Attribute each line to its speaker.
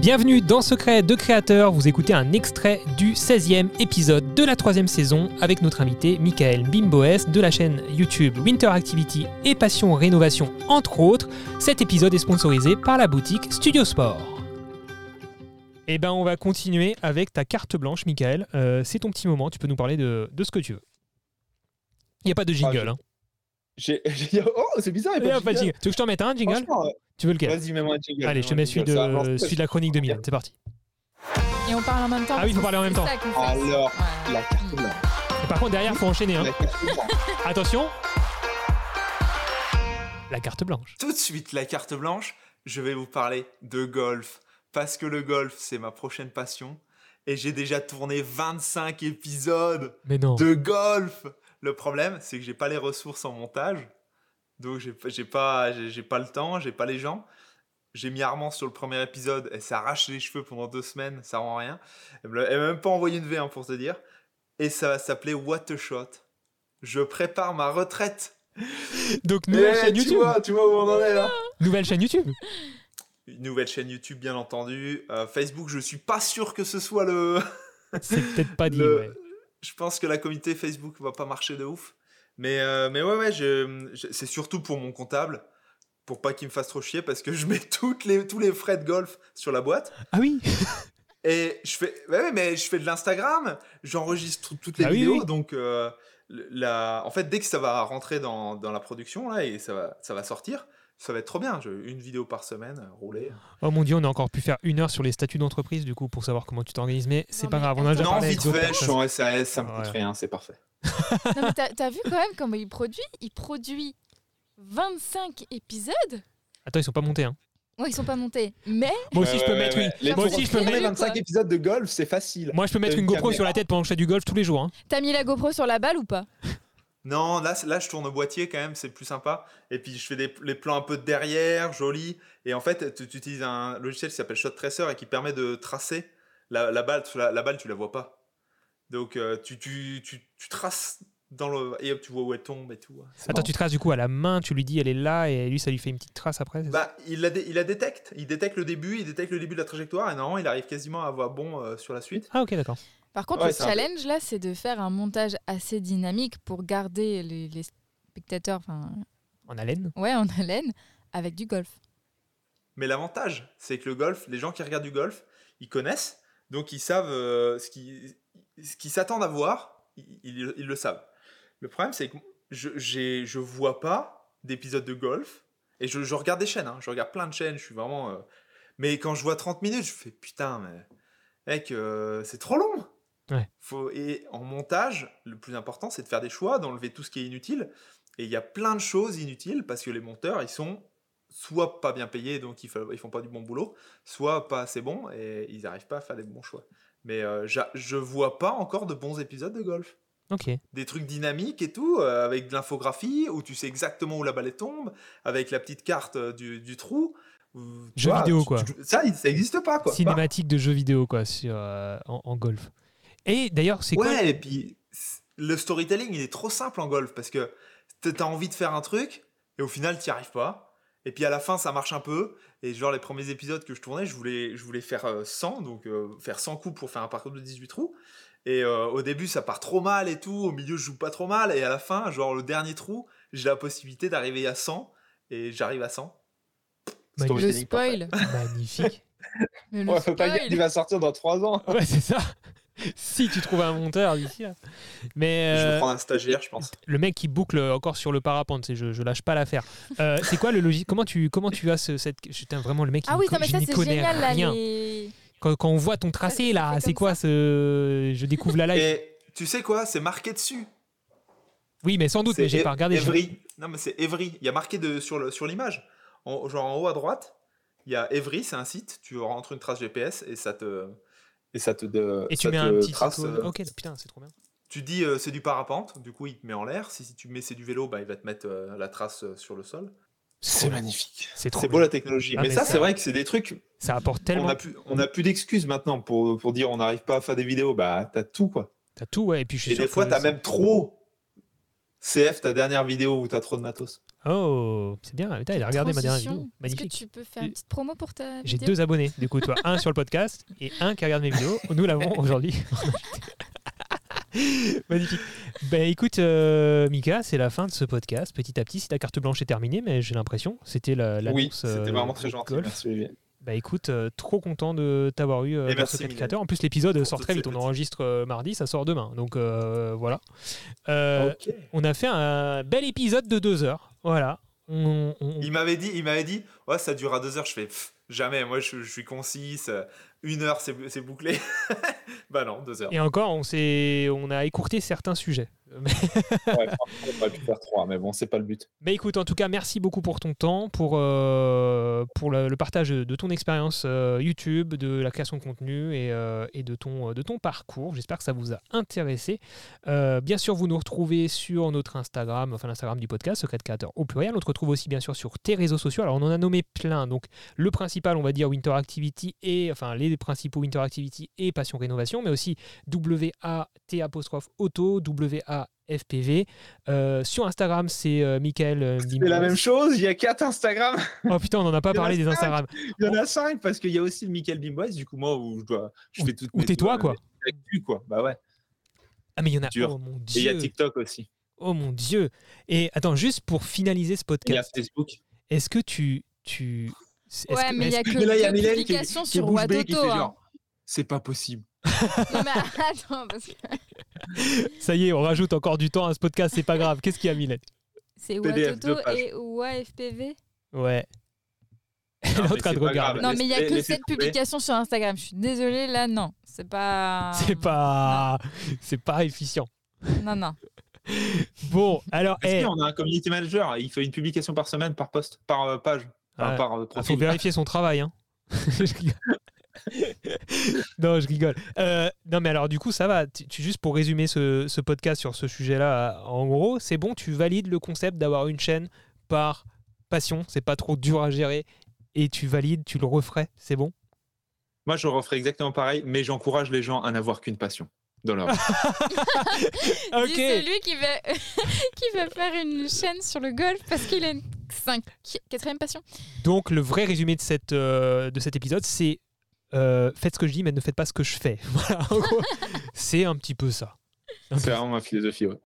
Speaker 1: Bienvenue dans Secret de Créateur, vous écoutez un extrait du 16e épisode de la troisième saison avec notre invité Michael Bimboes de la chaîne YouTube Winter Activity et Passion Rénovation entre autres. Cet épisode est sponsorisé par la boutique Studio Sport. Eh ben on va continuer avec ta carte blanche Michael, Euh, c'est ton petit moment, tu peux nous parler de, de ce que tu veux. Il n'y a pas de jingle.
Speaker 2: j'ai- J'ai-
Speaker 1: hein.
Speaker 2: j'ai- Oh, c'est bizarre, il
Speaker 1: Il
Speaker 2: n'y
Speaker 1: y a pas de jingle. Tu veux que je t'en mette un Eh, jingle
Speaker 2: Franchement, euh,
Speaker 1: Tu veux lequel
Speaker 2: vas-y, mets-moi un jingle.
Speaker 1: Allez, je te mets celui de, celui de la chronique de Milan, c'est parti.
Speaker 3: Et on parle en même temps.
Speaker 1: Ah oui, faut parler en même temps.
Speaker 2: Alors, La carte blanche.
Speaker 1: Et par contre, derrière, faut enchaîner. hein.
Speaker 2: La carte blanche.
Speaker 1: Attention La carte blanche.
Speaker 4: Tout de suite, la carte blanche, je vais vous parler de golf. Parce que le golf, c'est ma prochaine passion. Et j'ai déjà tourné 25 épisodes
Speaker 1: Mais non.
Speaker 4: de golf. Le problème, c'est que j'ai pas les ressources en montage. Donc j'ai j'ai pas j'ai j'ai pas le temps, j'ai pas les gens. J'ai mis Armand sur le premier épisode et ça arrache les cheveux pendant deux semaines, ça rend rien. Elle m'a elle m'a même pas envoyé une V hein, pour te dire. Et ça va s'appeler What a Shot. Je prépare ma retraite.
Speaker 1: Donc, nouvelle
Speaker 2: Eh,
Speaker 1: chaîne
Speaker 2: tu
Speaker 1: YouTube.
Speaker 2: vois, tu vois où on en est là
Speaker 1: Nouvelle chaîne YouTube.
Speaker 4: Une nouvelle chaîne YouTube, bien entendu. Euh, Facebook, je suis pas sûr que ce soit le.
Speaker 1: C'est peut-être pas dit,
Speaker 4: le-
Speaker 1: ouais.
Speaker 4: Je pense que la communauté Facebook va pas marcher de ouf. Mais, euh, mais ouais, ouais, je, je- c'est surtout pour mon comptable. Pour pas qu'il me fasse trop chier, parce que je mets toutes les, tous les frais de golf sur la boîte.
Speaker 1: Ah oui
Speaker 4: Et je fais, ouais, ouais, mais je fais de l'Instagram, j'enregistre toutes les
Speaker 1: Ah oui,
Speaker 4: vidéos,
Speaker 1: oui.
Speaker 4: donc euh, le- la, en fait, dès que ça va rentrer dans, dans la production là et ça va, ça va sortir, ça va être trop bien. Je- une vidéo par semaine, euh, rouler.
Speaker 1: Oh mon dieu, on a encore pu faire une heure sur les statuts d'entreprise, du coup, pour savoir comment tu t'organises, mais c'est
Speaker 3: Non,
Speaker 1: pas
Speaker 3: mais
Speaker 1: grave, on a déjà
Speaker 4: Non,
Speaker 1: parlé avec
Speaker 4: vite
Speaker 1: d'autres
Speaker 4: fait, je
Speaker 1: personnes.
Speaker 4: suis en SAS, ça me coûte
Speaker 1: Ouais.
Speaker 4: rien, c'est parfait.
Speaker 3: Non, mais t'as, t'as vu quand même comment il produit Il produit 25 épisodes.
Speaker 1: Attends, ils sont pas montés, hein.
Speaker 3: Ouais, ils sont pas montés. Mais
Speaker 1: Moi aussi,
Speaker 2: Ouais,
Speaker 1: je peux
Speaker 2: ouais,
Speaker 1: mettre,
Speaker 2: ouais,
Speaker 1: oui.
Speaker 2: ouais. Les
Speaker 1: Moi aussi, je peux
Speaker 2: tourner
Speaker 3: mettre-
Speaker 2: 25 épisodes de golf, c'est facile.
Speaker 1: Moi, je peux mettre
Speaker 2: T'as
Speaker 1: une
Speaker 2: une
Speaker 1: GoPro sur la
Speaker 2: caméra.
Speaker 1: tête pendant que je fais du golf tous les jours. hein.
Speaker 3: t'as mis la GoPro sur la balle ou pas
Speaker 4: Non, là, c- là, je tourne au boîtier quand même, c'est plus sympa. Et puis, je fais des, les plans un peu de derrière, joli. Et en fait, tu, tu utilises un logiciel qui s'appelle Shot Tracer et qui permet de tracer la, la balle. tu La, la balle, tu la vois pas. Donc, euh, tu, tu, tu, tu traces dans le. Et hop, tu vois où elle tombe et tout. C'est
Speaker 1: Attends,
Speaker 4: marrant.
Speaker 1: tu traces du coup à la main, tu lui dis elle est là, et lui, ça lui fait une petite trace après. c'est ça
Speaker 4: Bah, il la, dé- il la détecte. Il détecte le début, il détecte le début de la trajectoire. Et normalement, il arrive quasiment à avoir bon euh, sur la suite.
Speaker 1: Ah ok, d'accord.
Speaker 3: Par contre,
Speaker 4: Ouais,
Speaker 3: le
Speaker 4: c'est un peu-
Speaker 3: challenge là, c'est de faire un montage assez dynamique pour garder les, les spectateurs, enfin,
Speaker 1: En haleine
Speaker 3: ouais, en haleine avec du golf.
Speaker 4: Mais l'avantage, c'est que le golf, les gens qui regardent du golf, ils connaissent, donc ils savent euh, ce qu'ils ce qu'ils s'attendent à voir, ils, ils- ils le savent. Le problème, c'est que je j'ai- je vois pas d'épisodes de golf, et je, je regarde des chaînes, hein, je regarde plein de chaînes, je suis vraiment... euh, Mais quand je vois 30 minutes, je fais putain, mais... Mec, euh, c'est trop long
Speaker 1: Ouais.
Speaker 4: Faut... Et en montage, le plus important, c'est de faire des choix, d'enlever tout ce qui est inutile. Et il y a plein de choses inutiles parce que les monteurs, ils sont soit pas bien payés, donc ils, fa- ils font pas du bon boulot, soit pas assez bons et ils n'arrivent pas à faire des bons choix. Mais euh, j'a- je vois pas encore de bons épisodes de golf.
Speaker 1: Ok.
Speaker 4: Des trucs dynamiques et tout, euh, avec de l'infographie, où tu sais exactement où la balle elle tombe, avec la petite carte euh, du, du trou. où- tu
Speaker 1: Jeux vidéo,
Speaker 4: tu-
Speaker 1: quoi.
Speaker 4: tu- ça, il- ça existe pas, quoi.
Speaker 1: Cinématique de jeux vidéo quoi, sur, euh, en, en golf. Et d'ailleurs, c'est quoi
Speaker 4: ouais, et puis c- le storytelling, il est trop simple en golf parce que t- t'as envie de faire un truc et au final t'y arrives pas. Et puis à la fin ça marche un peu. Et genre les premiers épisodes que je tournais, je voulais, je voulais faire euh, 100, donc euh, faire 100 coups pour faire un parcours de 18 trous. Et euh, au début ça part trop mal et tout, au milieu je joue pas trop mal. Et à la fin, genre le dernier trou, j'ai la possibilité d'arriver à 100 et j'arrive à 100.
Speaker 1: Magnifique.
Speaker 3: Le
Speaker 2: Storytelling parfait.
Speaker 3: spoil.
Speaker 1: Magnifique.
Speaker 3: Mais le
Speaker 2: Ouais, faut pas dire
Speaker 3: spoil.
Speaker 2: qu'il va sortir dans 3 ans.
Speaker 1: Ouais, c'est ça. si tu trouves un monteur d'ici là. Mais
Speaker 4: Je vais
Speaker 1: euh,
Speaker 4: prendre un stagiaire, je pense.
Speaker 1: le mec qui boucle encore sur le parapente, c'est je, je lâche pas l'affaire. Euh, c'est quoi le logique Comment tu comment tu as ce, cette putain vraiment le mec il
Speaker 3: Ah oui,
Speaker 1: co-
Speaker 3: non, mais
Speaker 1: je
Speaker 3: ça
Speaker 1: n'y
Speaker 3: c'est
Speaker 1: connais
Speaker 3: génial là.
Speaker 1: rien.
Speaker 3: les-
Speaker 1: Quand, quand on voit ton
Speaker 3: Ouais,
Speaker 1: tracé
Speaker 3: ça
Speaker 1: là,
Speaker 3: fait
Speaker 1: c'est
Speaker 3: comme
Speaker 1: quoi ce je découvre la live
Speaker 4: Et tu sais quoi, c'est marqué dessus.
Speaker 1: Oui, mais sans doute,
Speaker 4: C'est
Speaker 1: mais j'ai
Speaker 4: Ev-
Speaker 1: pas regardé. je-
Speaker 4: Evry. Non, mais c'est Evry. Il y a marqué de, sur, le, sur l'image. En- genre en haut à droite, il y a Evry, c'est un site. Tu rentres une trace GPS et ça te.
Speaker 2: Et ça te. de-
Speaker 1: Et tu
Speaker 2: ça
Speaker 1: mets
Speaker 2: te
Speaker 1: un petit
Speaker 2: trace,
Speaker 1: tuto-
Speaker 2: euh,
Speaker 1: OK, putain, c'est trop bien.
Speaker 4: Tu dis euh, c'est du parapente, du coup il te met en l'air. Si, si tu mets c'est du vélo, bah, il va te mettre euh, la trace euh, sur le sol.
Speaker 1: trop
Speaker 2: C'est
Speaker 1: bien.
Speaker 2: magnifique.
Speaker 1: C'est trop
Speaker 2: C'est beau
Speaker 1: bien.
Speaker 2: la technologie.
Speaker 1: Ah,
Speaker 2: mais,
Speaker 1: mais
Speaker 2: ça,
Speaker 1: ça-
Speaker 2: c'est vrai que c'est des trucs.
Speaker 1: Ça apporte
Speaker 2: On
Speaker 1: tellement
Speaker 2: n'a plus, on a plus d'excuses maintenant pour, pour dire on n'arrive pas à faire des vidéos. Bah, t'as tout, quoi.
Speaker 1: T'as tout, ouais. Et puis je suis
Speaker 2: Et
Speaker 1: sûr
Speaker 2: des fois,
Speaker 1: que
Speaker 2: t'as
Speaker 1: ça-
Speaker 2: même trop. CF, ta dernière vidéo où t'as trop de matos.
Speaker 1: Ah Oh, c'est bien. Putain, il a regardé ma dernière
Speaker 3: Transition.
Speaker 1: vidéo.
Speaker 3: Est-ce que
Speaker 1: Magnifique.
Speaker 3: tu peux faire une petite promo pour ta
Speaker 1: J'ai
Speaker 3: vidéo
Speaker 1: deux abonnés, du coup, toi, un sur le podcast et un qui regarde mes vidéos. Nous l'avons aujourd'hui. Magnifique. Ben écoute, euh, Mika, c'est la fin de ce podcast. Petit à petit, si ta carte blanche est terminée, mais j'ai l'impression, c'était la, l'annonce.
Speaker 2: Oui, c'était
Speaker 1: euh,
Speaker 2: vraiment très
Speaker 1: du
Speaker 2: gentil.
Speaker 1: golf.
Speaker 2: Merci, Olivier.
Speaker 1: Bah écoute, euh, trop content de t'avoir eu euh,
Speaker 4: Et
Speaker 1: dans
Speaker 4: merci,
Speaker 1: Secret
Speaker 4: Mylène,
Speaker 1: Créateur. En plus, l'épisode
Speaker 4: pour
Speaker 1: sort
Speaker 4: toutes
Speaker 1: très
Speaker 4: ces
Speaker 1: vite. On
Speaker 4: petites-
Speaker 1: enregistre euh, mardi, ça sort demain. Donc euh, voilà. Euh,
Speaker 4: Ok.
Speaker 1: On a fait un bel épisode de deux heures. Voilà. On, on-
Speaker 4: Il m'avait dit, il m'avait dit, ouais, ça durera deux heures. Je fais pff, jamais. Moi, je, je suis concis. euh, Une heure, c'est c'est bouclé. bah non, deux heures.
Speaker 1: Et encore, on, s'est- on a écourté certains sujets.
Speaker 2: Ouais, franchement, on aurait pu faire trois, mais bon, c'est pas le but.
Speaker 1: Mais écoute, en tout cas, merci beaucoup pour ton temps, pour, euh, pour le, le partage de ton expérience euh, YouTube, de la création de contenu et, euh, et de, ton, de ton parcours. J'espère que ça vous a intéressé. Euh, bien sûr, vous nous retrouvez sur notre Instagram, enfin l'Instagram du podcast, Secret Créateur au pluriel. On te retrouve aussi, bien sûr, sur tes réseaux sociaux. Alors, on en a nommé plein. Donc, le principal, on va dire Winter Activity et, enfin, les principaux Winter Activity et Passion Rénovation, mais aussi WAT apostrophe auto, WAFPV. Euh, sur Instagram, c'est euh, Michael euh,
Speaker 2: C'est
Speaker 1: Bimbo.
Speaker 2: la même chose, il y a quatre Instagram,
Speaker 1: Oh putain, on n'en a pas
Speaker 2: Il y en a
Speaker 1: parlé des
Speaker 2: cinq.
Speaker 1: Instagram.
Speaker 2: il y en a cinq, parce qu'il y a aussi le Michael Bimboise, du coup, moi, où je dois. Je
Speaker 1: Ou-
Speaker 2: fais toutes
Speaker 1: ou
Speaker 2: mes-
Speaker 1: tais-toi, quoi.
Speaker 2: mes actus, quoi. Bah ouais.
Speaker 1: Ah mais il y en a.
Speaker 2: Dur.
Speaker 1: Oh mon
Speaker 2: Et il y a
Speaker 1: dieu.
Speaker 2: TikTok aussi.
Speaker 1: Oh mon dieu. Et attends, juste pour finaliser ce
Speaker 2: Et Il y a
Speaker 1: podcast,
Speaker 2: Facebook.
Speaker 1: est-ce que tu tu est-ce que-
Speaker 3: Ouais, mais il y a que
Speaker 2: Mais là, il y a
Speaker 3: deux
Speaker 2: Mylène qui-
Speaker 3: publications
Speaker 2: qui est
Speaker 3: sur
Speaker 2: bouche bée, qui
Speaker 3: Watoto.
Speaker 2: fait
Speaker 3: hein.
Speaker 2: genre, C'est pas possible.
Speaker 3: Non, mais attends, parce que
Speaker 1: ça y est, on rajoute encore du temps à ce podcast, c'est pas grave. Qu'est-ce qu'il y a Mylène
Speaker 3: c'est
Speaker 2: PDF,
Speaker 3: Watoto
Speaker 2: deux pages.
Speaker 3: et WAFPV.
Speaker 1: Ouais. Elle
Speaker 2: Non,
Speaker 1: est en
Speaker 2: mais
Speaker 1: train de
Speaker 2: c'est pas grave.
Speaker 1: regarder.
Speaker 3: Non, mais il y a
Speaker 2: Laissez-
Speaker 3: que
Speaker 2: laissez
Speaker 3: cette
Speaker 2: tomber.
Speaker 3: publication sur Instagram. Je suis désolée, là, non. C'est pas.
Speaker 1: C'est pas c'est pas efficient.
Speaker 3: Non, non.
Speaker 1: Bon, alors
Speaker 2: Mais
Speaker 1: eh,
Speaker 2: si, on a un community manager, il fait une publication par semaine, par poste, par euh, page, enfin,
Speaker 1: Ouais.
Speaker 2: par euh,
Speaker 1: Il faut
Speaker 2: profil.
Speaker 1: vérifier son travail. Hein. Je rigole. non, je rigole. Euh, non, mais alors, du coup, ça va. Tu, tu- juste pour résumer ce, ce podcast sur ce sujet-là, en gros, c'est bon, tu valides le concept d'avoir une chaîne par passion, c'est pas trop dur à gérer, et tu valides, tu le referais, c'est bon
Speaker 2: Moi, je referai exactement pareil, mais j'encourage les gens à n'avoir qu'une passion dans leur vie.
Speaker 3: Dis celui qui va... qui va faire une chaîne sur le golf parce qu'il a une 5... quatrième passion.
Speaker 1: Donc, le vrai résumé de, cette, euh, de cet épisode, c'est euh, faites ce que je dis, mais ne faites pas ce que je fais. Voilà, en gros, c'est un petit peu ça.
Speaker 2: C'est vraiment ma philosophie. ouais.